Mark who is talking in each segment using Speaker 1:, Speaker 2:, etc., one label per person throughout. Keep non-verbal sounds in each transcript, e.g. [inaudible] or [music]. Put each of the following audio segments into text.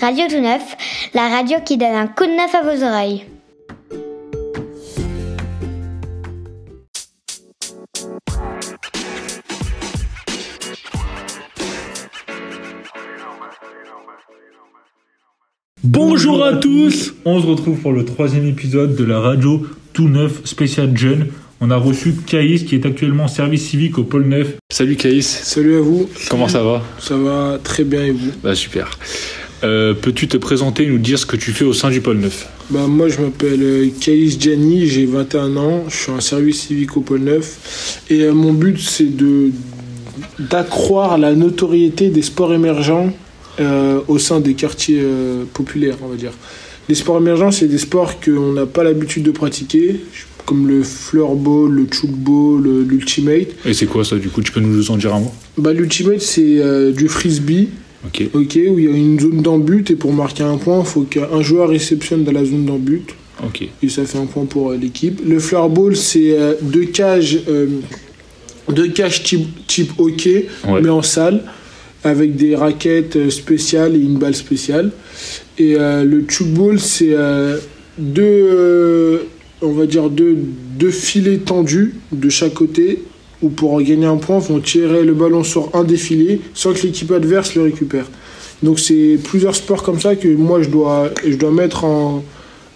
Speaker 1: Radio Tout Neuf, la radio qui donne un coup de neuf à vos oreilles.
Speaker 2: Bonjour à tous On se retrouve pour le troisième épisode de la radio Tout Neuf spécial Jeune. On a reçu Caïs qui est actuellement en service civique au pôle 9.
Speaker 3: Salut Caïs,
Speaker 4: Salut à vous,
Speaker 3: comment ça va
Speaker 4: ça va très bien et vous
Speaker 3: Bah super. Euh, Peux-tu te présenter et nous dire ce que tu fais au sein du pôle 9
Speaker 4: bah, Moi je m'appelle euh, Caïs Gianni, j'ai 21 ans, je suis en service civique au pôle 9 et euh, mon but c'est de d'accroître la notoriété des sports émergents euh, au sein des quartiers euh, populaires on va dire. Les sports émergents c'est des sports qu'on n'a pas l'habitude de pratiquer comme le floorball, le tchoukball, le- l'ultimate.
Speaker 3: Et c'est quoi ça du coup Tu peux nous en dire un mot
Speaker 4: Bah, l'ultimate c'est euh, du frisbee
Speaker 3: Ok.
Speaker 4: Ok, où il y a une zone d'embut et pour marquer un point, il faut qu'un joueur réceptionne dans la zone d'embut
Speaker 3: Ok.
Speaker 4: et ça fait un point pour euh, l'équipe. Le floorball, c'est euh, deux cages, euh, deux cages type, type hockey,
Speaker 3: Ouais.
Speaker 4: mais en salle, avec des raquettes euh, spéciales et une balle spéciale. Et euh, le tchoukball, c'est euh, deux, euh, on va dire deux, deux filets tendus de chaque côté, où pour gagner un point, vont tirer le ballon sur un des filets sans que l'équipe adverse le récupère. Donc c'est plusieurs sports comme ça que moi je dois, je dois mettre en,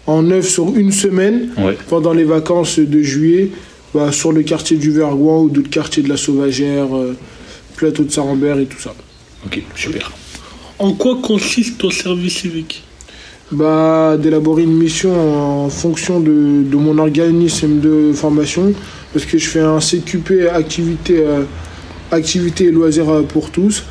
Speaker 4: en œuvre sur une semaine
Speaker 3: Ouais.
Speaker 4: pendant les vacances de juillet bah, sur le quartier du Vergoin ou d'autres quartiers de la Sauvagère, euh, plateau de Sarambert et tout ça.
Speaker 3: Ok, super.
Speaker 5: En quoi consiste ton service civique
Speaker 4: Bah, d'élaborer une mission en fonction de, de mon organisme de formation parce que je fais un CQP activité euh, activité et loisirs euh, pour tous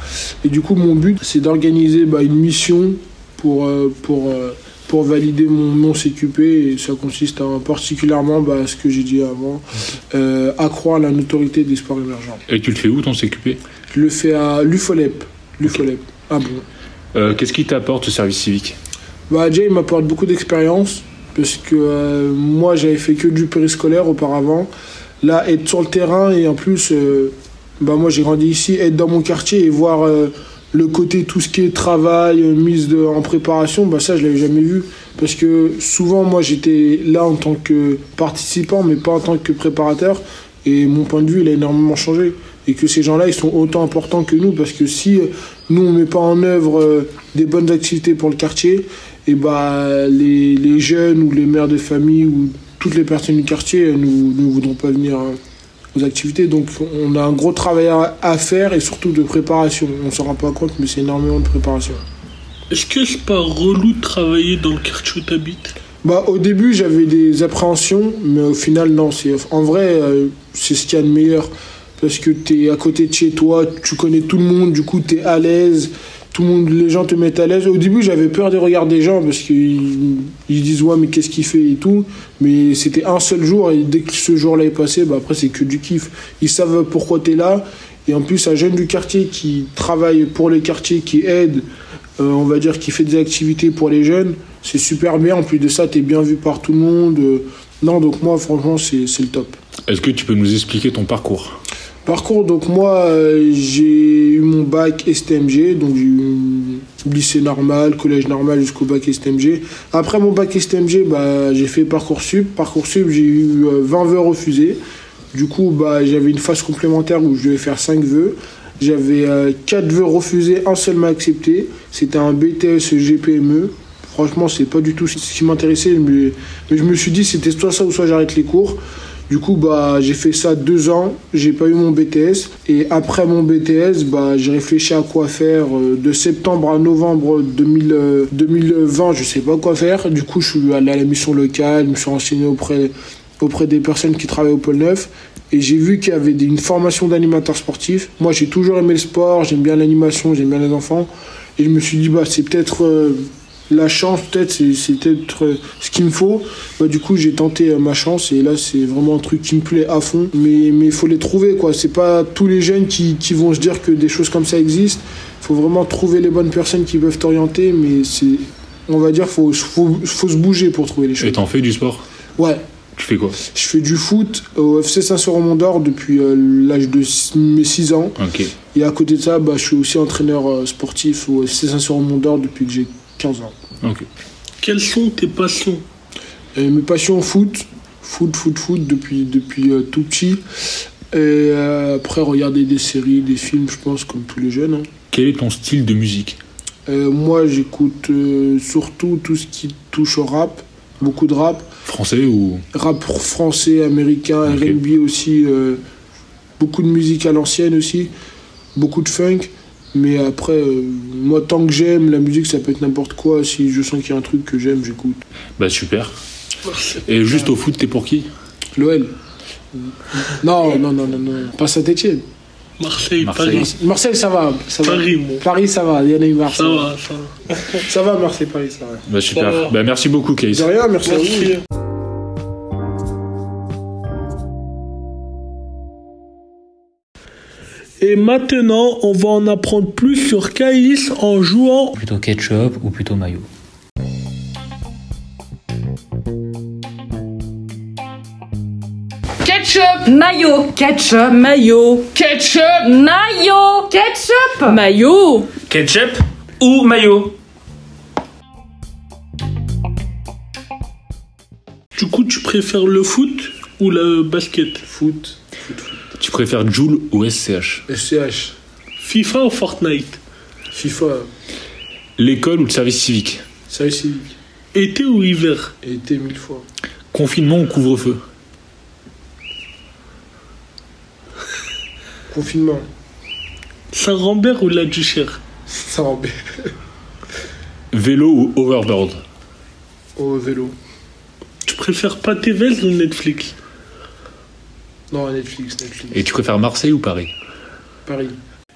Speaker 4: et du coup mon but c'est d'organiser bah, une mission pour euh, pour euh, pour valider mon, mon CQP et ça consiste à particulièrement bah, ce que j'ai dit avant euh, accroître la notoriété des sports émergents.
Speaker 3: Et tu le fais où ton CQP
Speaker 4: Je le fais à l'UFOLEP, l'UFOLEP. Ah bon.
Speaker 3: Euh, Qu'est-ce qui t'apporte ce service civique
Speaker 4: Bah, déjà, il m'apporte beaucoup d'expérience parce que euh, moi, j'avais fait que du périscolaire auparavant. Là, être sur le terrain et en plus, euh, bah, moi, j'ai grandi ici, être dans mon quartier et voir euh, le côté tout ce qui est travail, euh, mise de- en préparation, bah, ça, je l'avais jamais vu. Parce que souvent, moi, j'étais là en tant que participant, mais pas en tant que préparateur. Et mon point de vue, il a énormément changé. Et que ces gens-là, ils sont autant importants que nous. Parce que si euh, nous, on met pas en œuvre euh, des bonnes activités pour le quartier, et bah, les, les jeunes ou les mères de famille ou toutes les personnes du quartier euh, nous ne voudront pas venir euh, aux activités. Donc, on a un gros travail à, à faire et surtout de préparation. On s'en rend pas compte, mais c'est énormément de préparation.
Speaker 5: Est-ce que c'est pas relou de travailler dans le quartier où t'habites
Speaker 4: Bah, au début, j'avais des appréhensions, mais au final, non. C'est en vrai, euh, c'est ce qu'il y a de meilleur parce que t'es à côté de chez toi, tu connais tout le monde, du coup, t'es à l'aise. Tout le monde, les gens te mettent à l'aise. Au début, j'avais peur des regards des gens parce qu'ils ils disent ouais, mais qu'est-ce qu'il fait et tout. Mais c'était un seul jour et dès que ce jour-là est passé, bah après c'est que du kiff. Ils savent pourquoi t'es là et en plus, un jeune du quartier qui travaille pour le quartier, qui aide, euh, on va dire, qui fait des activités pour les jeunes, c'est super bien. En plus de ça, t'es bien vu par tout le monde. Euh, Non, donc moi, franchement, c'est c'est le top.
Speaker 3: Est-ce que tu peux nous expliquer ton parcours
Speaker 4: Parcours, donc moi, euh, j'ai eu mon bac STMG, donc j'ai eu lycée normal, collège normal jusqu'au bac STMG. Après mon bac STMG, bah, j'ai fait Parcoursup. Parcoursup, j'ai eu euh, 20 vœux refusés. Du coup, bah, j'avais une phase complémentaire où je devais faire 5 vœux. J'avais 4 vœux refusés, un seul m'a accepté. C'était un BTS GPME. Franchement, c'est pas du tout ce qui m'intéressait, mais, mais je me suis dit c'était soit ça ou soit j'arrête les cours. Du coup, bah, j'ai fait ça deux ans, j'ai pas eu mon BTS. Et après mon BTS, bah, j'ai réfléchi à quoi faire euh, de septembre à novembre 2000, euh, 2020. Je sais pas quoi faire. Du coup, je suis allé à la mission locale, je me suis renseigné auprès, auprès des personnes qui travaillent au Pôle 9. Et j'ai vu qu'il y avait des- une formation d'animateur sportif. Moi, j'ai toujours aimé le sport, j'aime bien l'animation, j'aime bien les enfants. Et je me suis dit, bah, c'est peut-être euh, la chance, peut-être, c'est c'est peut-être euh, ce qu'il me faut. Bah, du coup, j'ai tenté euh, ma chance et là, c'est vraiment un truc qui me plaît à fond. Mais il faut les trouver, quoi. C'est pas tous les jeunes qui, qui vont se dire que des choses comme ça existent. Il faut vraiment trouver les bonnes personnes qui peuvent t'orienter, mais c'est. On va dire, faut, faut, faut se bouger pour trouver les
Speaker 3: Et
Speaker 4: choses.
Speaker 3: t'en fais du sport
Speaker 4: Ouais,
Speaker 3: Tu fais quoi
Speaker 4: je fais du foot au FC Saint-Sauromont d'Or depuis euh, l'âge de six- mes 6 ans.
Speaker 3: Ok.
Speaker 4: Et à côté de ça, bah, je suis aussi entraîneur euh, sportif au FC Saint-Sauromont d'Or depuis que j'ai 15 15 ans.
Speaker 3: Ok.
Speaker 5: Quelles sont tes passions
Speaker 4: Euh, mes passions foot, foot, foot, foot depuis, depuis euh, tout petit. Et euh, après, regarder des séries, des films, je pense, comme tous les jeunes. hein.
Speaker 3: Quel est ton style de musique
Speaker 4: Euh, moi, j'écoute euh, surtout tout ce qui touche au rap, beaucoup de rap.
Speaker 3: Français ou
Speaker 4: Rap français, américain,
Speaker 3: Ok.
Speaker 4: RB aussi. euh, beaucoup de musique à l'ancienne aussi. Beaucoup de funk. Mais après, euh, moi, tant que j'aime la musique, ça peut être n'importe quoi. Si je sens qu'il y a un truc que j'aime, j'écoute.
Speaker 3: Bah super. Et juste au foot, t'es pour qui
Speaker 4: L'OL. Non, non, non, non, non. Pas Saint-Etienne.
Speaker 5: Marseille,
Speaker 3: Marseille.
Speaker 5: Paris.
Speaker 4: Marseille, ça va. Ça va.
Speaker 5: Paris, moi.
Speaker 4: Paris, ça va. Il y en a eu Marseille.
Speaker 5: Ça va, ça va.
Speaker 4: Ça va, Marseille, Paris, ça va.
Speaker 3: Bah super.
Speaker 5: Ça va.
Speaker 3: Bah merci beaucoup, Case.
Speaker 4: De rien, merci, à vous.
Speaker 5: Merci. Et maintenant, on va en apprendre plus sur Caïs en jouant
Speaker 6: plutôt ketchup ou plutôt mayo.
Speaker 7: Ketchup,
Speaker 8: Mayo, ketchup,
Speaker 7: maillot,
Speaker 8: ketchup,
Speaker 7: maillot,
Speaker 8: ketchup,
Speaker 7: maillot.
Speaker 9: Ketchup ou mayo
Speaker 5: Du coup, tu préfères le foot ou le basket
Speaker 4: Foot,
Speaker 3: Tu préfères Joule ou SCH
Speaker 4: SCH,
Speaker 5: FIFA ou Fortnite
Speaker 4: FIFA,
Speaker 3: L'école ou le service civique
Speaker 4: service civique.
Speaker 5: Été ou hiver
Speaker 4: Et été mille fois.
Speaker 3: Confinement ou couvre-feu
Speaker 4: Confinement, [laughs]
Speaker 5: Saint-Rambert ou la Duchère
Speaker 4: ça va bien.
Speaker 3: Vélo ou overboard
Speaker 4: Au vélo.
Speaker 5: Tu préfères Pâté ou Netflix
Speaker 4: Non, Netflix, Netflix.
Speaker 3: Et tu préfères Marseille ou Paris
Speaker 4: Paris.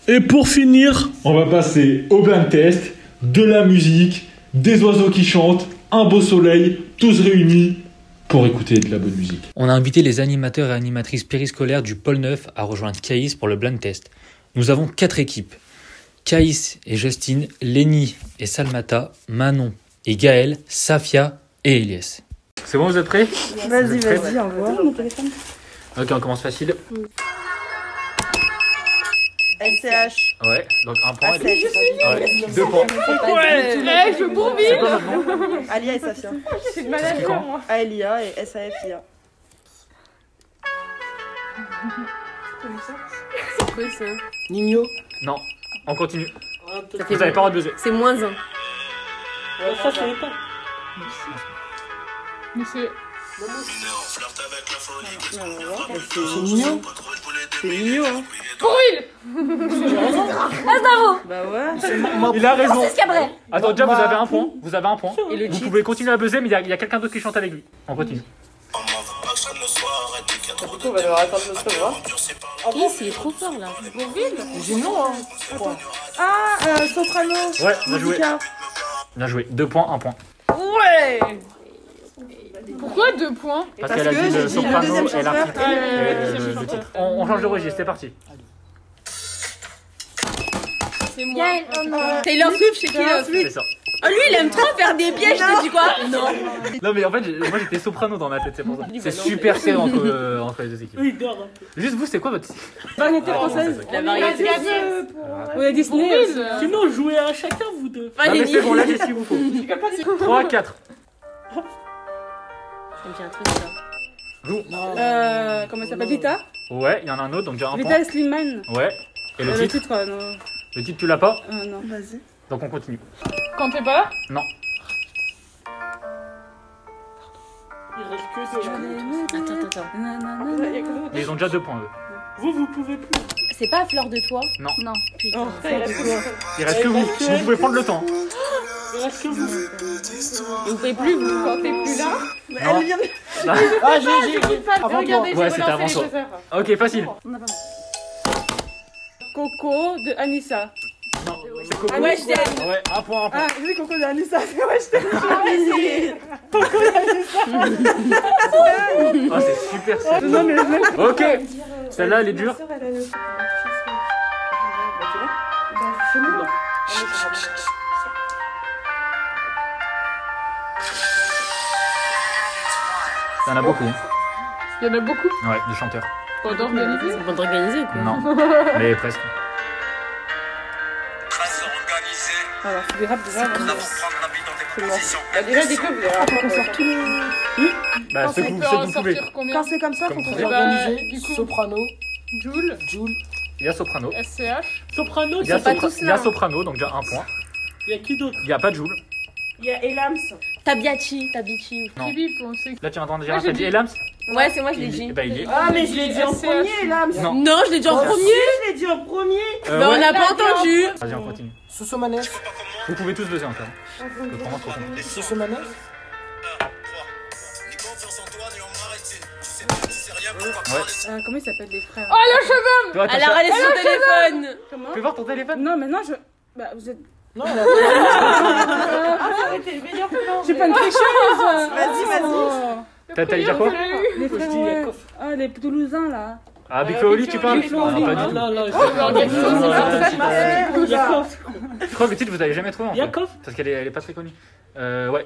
Speaker 5: Et pour finir,
Speaker 2: On va passer au blind test, de la musique, des oiseaux qui chantent, un beau soleil, tous réunis pour écouter de la bonne musique.
Speaker 6: On a invité les animateurs et animatrices périscolaires du Pôle 9 à rejoindre Caïs pour le blind test. Nous avons quatre équipes. Caïs et Justine, Lenny et Salmata, Manon et Gaël, Safia et Elias.
Speaker 9: C'est bon, vous êtes prêts
Speaker 10: Vas-y, vas-y, envoie.
Speaker 9: Ok, on commence facile.
Speaker 10: SCH.
Speaker 9: Ouais, donc un
Speaker 6: Ah,
Speaker 9: point.
Speaker 10: ACH.
Speaker 9: Ouais, deux points.
Speaker 7: Eh,
Speaker 10: Ouais, je bourville. Alia et Safia.
Speaker 9: C'est quand
Speaker 10: Alia et SAFIA.
Speaker 7: Nino.
Speaker 9: Non, on continue. Vous avez pas le droit de buzzer.
Speaker 7: C'est moins un.
Speaker 10: Ça, c'est pas. C'est mignon. C'est mignon, hein. Brûle Bah ouais. Bah,
Speaker 9: Il a raison.
Speaker 7: Cabrel.
Speaker 9: Attends, déjà, vous avez un point. Vous avez un point.
Speaker 10: Et le
Speaker 9: Vous
Speaker 10: cheat.
Speaker 9: pouvez continuer à buzzer, mais il y a, il y a quelqu'un d'autre qui chante avec lui. On continue.
Speaker 10: On va leur attendre notre tour,
Speaker 7: Caïs, il est trop fort là.
Speaker 10: hein. Gênant, hein. Ah, euh, Soprano.
Speaker 9: Ouais, bien joué.
Speaker 10: Musica.
Speaker 9: Bien joué. Deux points, un point.
Speaker 10: Ouais.
Speaker 7: Pourquoi deux points
Speaker 10: Parce
Speaker 9: Parce, qu'elle a
Speaker 10: que
Speaker 9: dit
Speaker 10: j'ai
Speaker 9: le
Speaker 10: dit le
Speaker 9: soprano
Speaker 10: deuxième
Speaker 9: et
Speaker 10: chanteur.
Speaker 9: l'article.
Speaker 10: Ouais,
Speaker 9: et le titre. On, on change de registre, c'est parti.
Speaker 7: C'est
Speaker 1: Gaël, oh non.
Speaker 7: Taylor Swift chez qui
Speaker 10: Taylor Swift.
Speaker 9: C'est ça.
Speaker 7: Ah, lui, il aime trop faire des pièges, je te dis quoi Non.
Speaker 9: Non, mais en fait, j'ai- moi j'étais soprano dans ma tête, c'est pour
Speaker 10: Bah,
Speaker 9: ça. C'est super serré
Speaker 10: [laughs]
Speaker 9: entre, euh, entre les deux équipes.
Speaker 7: hein.
Speaker 9: Juste vous, c'est quoi votre.
Speaker 10: Variété
Speaker 9: Ah,
Speaker 10: française.
Speaker 7: La variété.
Speaker 10: Ouais, Disney.
Speaker 5: Sinon, jouez à chacun, vous deux.
Speaker 7: Pas
Speaker 9: Non, mais
Speaker 7: les
Speaker 9: c'est
Speaker 7: nids.
Speaker 9: bon, là j'ai ce qu'il vous faut. 3, 4.
Speaker 7: Ça me dit un truc, ça.
Speaker 10: Euh, comment ça s'appelle Vita
Speaker 9: Ouais, il y en a un autre, donc j'ai un point.
Speaker 10: Vita Slimane.
Speaker 9: Ouais. Et le
Speaker 10: Euh,
Speaker 7: Ah,
Speaker 10: Le
Speaker 9: titre
Speaker 10: titre, euh, non.
Speaker 9: Le titre, tu l'as pas
Speaker 10: Euh, non. Vas-y.
Speaker 9: Donc on continue.
Speaker 7: Quand t'es pas là
Speaker 9: Non.
Speaker 5: Il reste que
Speaker 7: Attends, attends, attends.
Speaker 9: Mais ils ont déjà deux points, eux.
Speaker 5: Vous, vous pouvez plus.
Speaker 7: C'est pas Fleur de Toi
Speaker 9: Non.
Speaker 7: Non.
Speaker 10: Oh,
Speaker 7: Putain.
Speaker 10: putain, il reste quoi
Speaker 9: Il reste que vous. Vous pouvez prendre le [gasps] temps.
Speaker 5: Il reste que vous.
Speaker 7: Vous pouvez plus, vous, quand t'es plus là
Speaker 9: Non.
Speaker 10: Ah, j'ai, j'ai.
Speaker 7: Regardez,
Speaker 9: Ouais, c'était avant ça. Ok, facile.
Speaker 10: Coco de Anissa.
Speaker 9: Non, c'est Coco.
Speaker 10: Ah ouais, je t'ai-
Speaker 9: Ouais, un point, un point.
Speaker 10: Ah, oui, Coco de Anissa. Ouais, je t'ai dit.
Speaker 9: Oh, c'est super ça.
Speaker 10: Non, mais je l'ai.
Speaker 9: Ok. Celle-là, elle est dure. Il y en a beaucoup. hein.
Speaker 7: Il y en a beaucoup.
Speaker 9: Ouais, des chanteurs.
Speaker 7: Bande organisée C'est bande organisée, quoi.
Speaker 9: Non. Mais presque.
Speaker 10: Alors, c'est des rap de rap. hein.
Speaker 7: forcément. Il y a déjà des clubs, vous allez avoir
Speaker 10: Faut qu'on
Speaker 7: un
Speaker 10: sorte tous les.
Speaker 9: Bah, ceux que vous, ceux que vous pouvez.
Speaker 10: Quand
Speaker 7: combien
Speaker 10: c'est comme ça, faut
Speaker 9: Comme
Speaker 10: qu'on
Speaker 9: ça.
Speaker 10: soit
Speaker 7: Eh ben,
Speaker 10: organisé.
Speaker 7: du coup-
Speaker 10: Soprano,
Speaker 7: Joule,
Speaker 10: Jules.
Speaker 9: Il y a Soprano.
Speaker 7: SCH.
Speaker 5: Soprano,
Speaker 9: Il y a,
Speaker 7: sont pas
Speaker 9: Sopra-
Speaker 7: tous là.
Speaker 9: il y a Soprano, donc déjà un point.
Speaker 5: il y a qui d'autre
Speaker 9: Il y a pas de Joule.
Speaker 10: Il y a Elams.
Speaker 11: Tabiachi, Tabichi.
Speaker 9: Non.
Speaker 7: Philippe, on le sait.
Speaker 9: Là, tu entends déjà,
Speaker 7: Moi, j'ai
Speaker 9: t'as dit
Speaker 7: dit-
Speaker 9: Elams
Speaker 11: Ouais, c'est moi, je l'ai
Speaker 9: Il-
Speaker 11: dit.
Speaker 9: Bah, il est.
Speaker 10: Ah, mais je l'ai dit en
Speaker 7: SCH.
Speaker 10: premier, Elams.
Speaker 9: Non.
Speaker 11: Non, je l'ai dit en
Speaker 10: Oh,
Speaker 11: premier.
Speaker 10: si, Je l'ai dit en premier.
Speaker 9: Euh,
Speaker 11: Bah,
Speaker 9: ouais.
Speaker 11: on n'a pas entendu.
Speaker 9: Vas-y, on continue.
Speaker 10: Sosomanes.
Speaker 9: Vous pouvez tous buzzer encore. hein. Parce que vraiment, trop con.
Speaker 10: Sosomanes.
Speaker 7: Euh, comment ils s'appellent les frères
Speaker 9: Toi, t'as
Speaker 11: Elle a
Speaker 9: cher-
Speaker 11: râlé son téléphone.
Speaker 7: Comment
Speaker 9: Tu peux voir ton téléphone
Speaker 7: Non, mais non, je. Bah, vous êtes.
Speaker 10: Non, elle a- Ah, ça aurait été le meilleur plan.
Speaker 7: J'ai pas une tricheuse
Speaker 10: Vas-y, vas-y.
Speaker 9: T'as- T'allais dire quoi
Speaker 7: Les frères, ouais. Ah, les Toulousains là.
Speaker 9: Ah, Big Flo et Oli, tu parles
Speaker 7: Big Flo et
Speaker 9: Ah,
Speaker 7: Oli.
Speaker 9: Pas du tout.
Speaker 5: non, non,
Speaker 7: regarde,
Speaker 5: non,
Speaker 7: ça,
Speaker 5: non,
Speaker 7: c'est
Speaker 5: non,
Speaker 7: parfait.
Speaker 5: non,
Speaker 10: Eh,
Speaker 5: non.
Speaker 10: Yakov.
Speaker 5: Yakov.
Speaker 9: Je crois que le titre, vous avez jamais trouvé en fait.
Speaker 5: Yakov
Speaker 9: Parce qu'elle est, elle est pas très connue. Euh, ouais.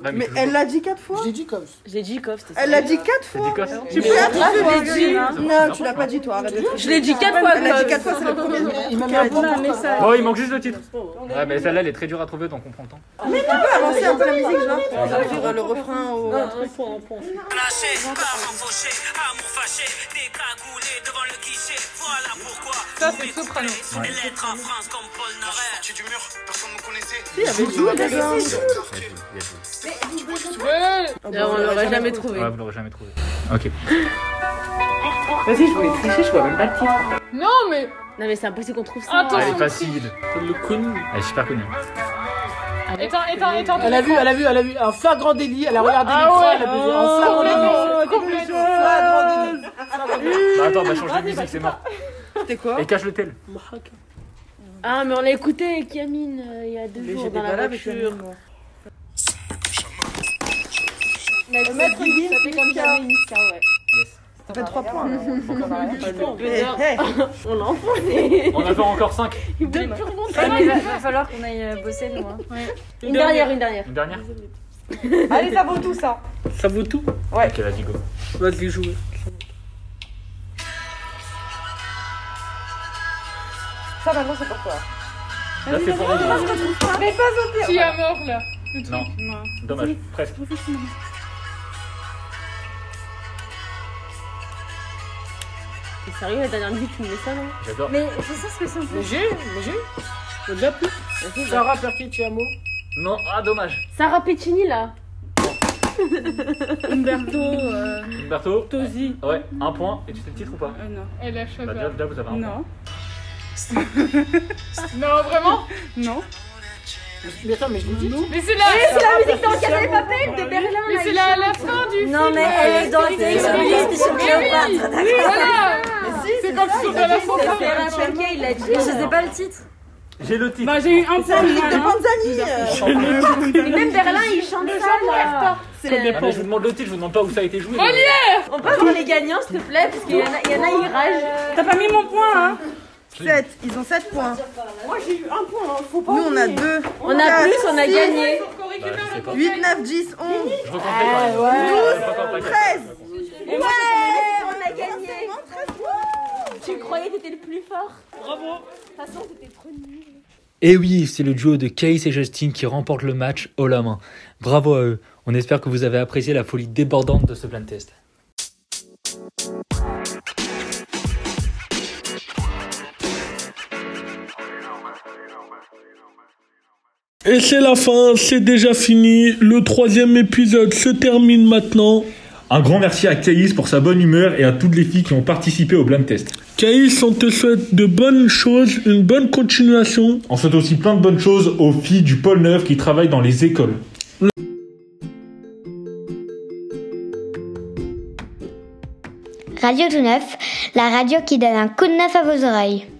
Speaker 9: Bah,
Speaker 12: Mais
Speaker 9: tu joues.
Speaker 12: elle l'a dit quatre fois
Speaker 10: Je l'ai dit comme ça.
Speaker 11: J'ai dit Coff, c'était ça.
Speaker 12: Elle l'a dit quatre
Speaker 9: C'est dit
Speaker 12: fois
Speaker 9: quoi
Speaker 12: Tu
Speaker 10: Mais
Speaker 12: peux
Speaker 10: grave,
Speaker 12: absolument
Speaker 10: je l'ai dit, hein.
Speaker 12: dit Non, tu l'as pas dit toi, arrête de
Speaker 11: Je l'ai dit quatre fois,
Speaker 12: Elle l'a dit quatre
Speaker 11: Coff.
Speaker 12: fois, c'est la première
Speaker 10: Il m'a mis
Speaker 12: Elle a
Speaker 10: un
Speaker 12: dit
Speaker 10: bon
Speaker 12: un
Speaker 10: un message.
Speaker 9: Bon, il manque juste le titre. Ouais, mais celle-là, elle est très dure à trouver, donc on prend le temps.
Speaker 12: Tu peux avancer un peu la musique, genre pour dire le refrain au...
Speaker 5: Un point, un point.
Speaker 9: Ça, c'est Soprano.
Speaker 11: Non, on l'aurait jamais trouvé.
Speaker 9: Ouais, vous l'aurez jamais trouvé. Ok.
Speaker 10: Vas-y, je voulais tricher, je vois même pas le titre.
Speaker 7: Non, mais.
Speaker 11: Non, mais c'est impossible qu'on trouve ça.
Speaker 7: Attends.
Speaker 9: Elle est facile.
Speaker 5: Le Queen.
Speaker 9: Elle est super connue.
Speaker 7: Éteins, éteins, éteins.
Speaker 10: Elle a vu, elle a vu, elle a vu un flagrant délit, elle a regardé
Speaker 7: Ah
Speaker 10: l'écran,
Speaker 7: ouais.
Speaker 10: elle a buzzé un flagrant délit.
Speaker 7: Complètement, complètement.
Speaker 12: Flagrant délit.
Speaker 9: Bah, attends, bah, change de musique, c'est mort.
Speaker 12: C'était quoi
Speaker 9: Et cache le tel.
Speaker 11: Ah, mais on l'a écouté avec Yamine euh, il y a deux
Speaker 12: Mais
Speaker 11: jours
Speaker 12: j'étais
Speaker 11: dans
Speaker 12: pas
Speaker 11: la
Speaker 12: là avec
Speaker 11: voiture.
Speaker 12: Yamine, moi.
Speaker 11: Le
Speaker 12: maître Gims,
Speaker 11: ça fait comme
Speaker 12: Niska.
Speaker 11: Yamine Niska, ouais.
Speaker 9: Yes.
Speaker 12: Ça fait trois points. là.
Speaker 11: Mais non,
Speaker 12: Eh, eh,
Speaker 11: On l'a enfoncé.
Speaker 9: On en fait encore 5.
Speaker 11: Il voulait plus remonter.
Speaker 7: Il va, va falloir qu'on aille euh, bosser, nous. Hein.
Speaker 11: Une dernière, une dernière.
Speaker 9: Une dernière
Speaker 12: [laughs] Allez, ça vaut tout ça.
Speaker 5: Ça vaut tout.
Speaker 9: Ok, vas-y, go.
Speaker 5: Vas-y, jouer.
Speaker 12: Ça, maintenant, c'est pour toi.
Speaker 9: Là, c'est pour vous.
Speaker 7: Qui a mort là Le
Speaker 9: Non.
Speaker 7: truc. Non.
Speaker 9: Dommage, presque.
Speaker 11: T'es sérieux, la dernière musique, tu me mets ça, non
Speaker 9: J'adore.
Speaker 7: Mais c'est ça ce que c'est un peu.
Speaker 10: Mais j'ai, mais j'ai. J'ai déjà plus. Sarah Perky, Tiamo.
Speaker 9: Non, ah, dommage.
Speaker 11: Sarah Pettini, là.
Speaker 7: Umberto. Euh...
Speaker 9: Humberto
Speaker 7: Tosi.
Speaker 9: Ouais, un point. Et tu sais le titre ou pas
Speaker 7: Euh, non. Elle a
Speaker 9: Bah, déjà, déjà, vous avez un point.
Speaker 7: Non, vraiment Non.
Speaker 10: Mais attends, mais je l'ai dit.
Speaker 7: Mais c'est la, Ah,
Speaker 11: Eh, C'est la musique dans Casa des Papel de Berlin.
Speaker 7: mais c'est la, la fin du film.
Speaker 11: Non, mais elle est dans les
Speaker 7: oui, oui, oui, voilà. C'est comme si on était à la
Speaker 11: Sarah
Speaker 7: fin.
Speaker 11: Perquet, il l'a dit. Je sais pas le titre.
Speaker 9: J'ai le titre.
Speaker 7: Bah, j'ai eu un point.
Speaker 12: La musique de Panzani. euh,
Speaker 11: Et même Berlin, il chante ça, là.
Speaker 12: C'est
Speaker 9: Ah, mais je vous demande le titre, je vous demande pas où ça a été joué. mais-
Speaker 11: On peut avoir les gagnants, s'il te plaît, parce qu'il y en a, il y en a, ils ragent.
Speaker 10: T'as pas mis mon point, hein
Speaker 12: 7. Ils ont 7 points.
Speaker 10: Moi, j'ai eu un point, hein, faut pas.
Speaker 12: Nous, on a 2.
Speaker 11: On a plus, on a gagné.
Speaker 9: Bah, je sais pas.
Speaker 12: 8, 9, 10, 11.
Speaker 9: Je recompte pas.
Speaker 11: Ah,
Speaker 9: Je recompte pas.
Speaker 12: 13.
Speaker 11: Ouais, on a gagné. Tu croyais que t'étais le plus fort Bravo. De toute façon, t'étais trop nul.
Speaker 6: Et Eh oui, c'est le duo de Case et Justin qui remporte le match haut la main. Bravo à eux. On espère que vous avez apprécié la folie débordante de ce blind test.
Speaker 5: Et c'est la fin, c'est déjà fini. Le troisième épisode se termine maintenant.
Speaker 2: Un grand merci à Caïs pour sa bonne humeur et à toutes les filles qui ont participé au blind test.
Speaker 5: Caïs, on te souhaite de bonnes choses, une bonne continuation.
Speaker 2: On souhaite aussi plein de bonnes choses aux filles du pôle 9 qui travaillent dans les écoles.
Speaker 1: Radio Tout Neuf, la radio qui donne un coup de neuf à vos oreilles.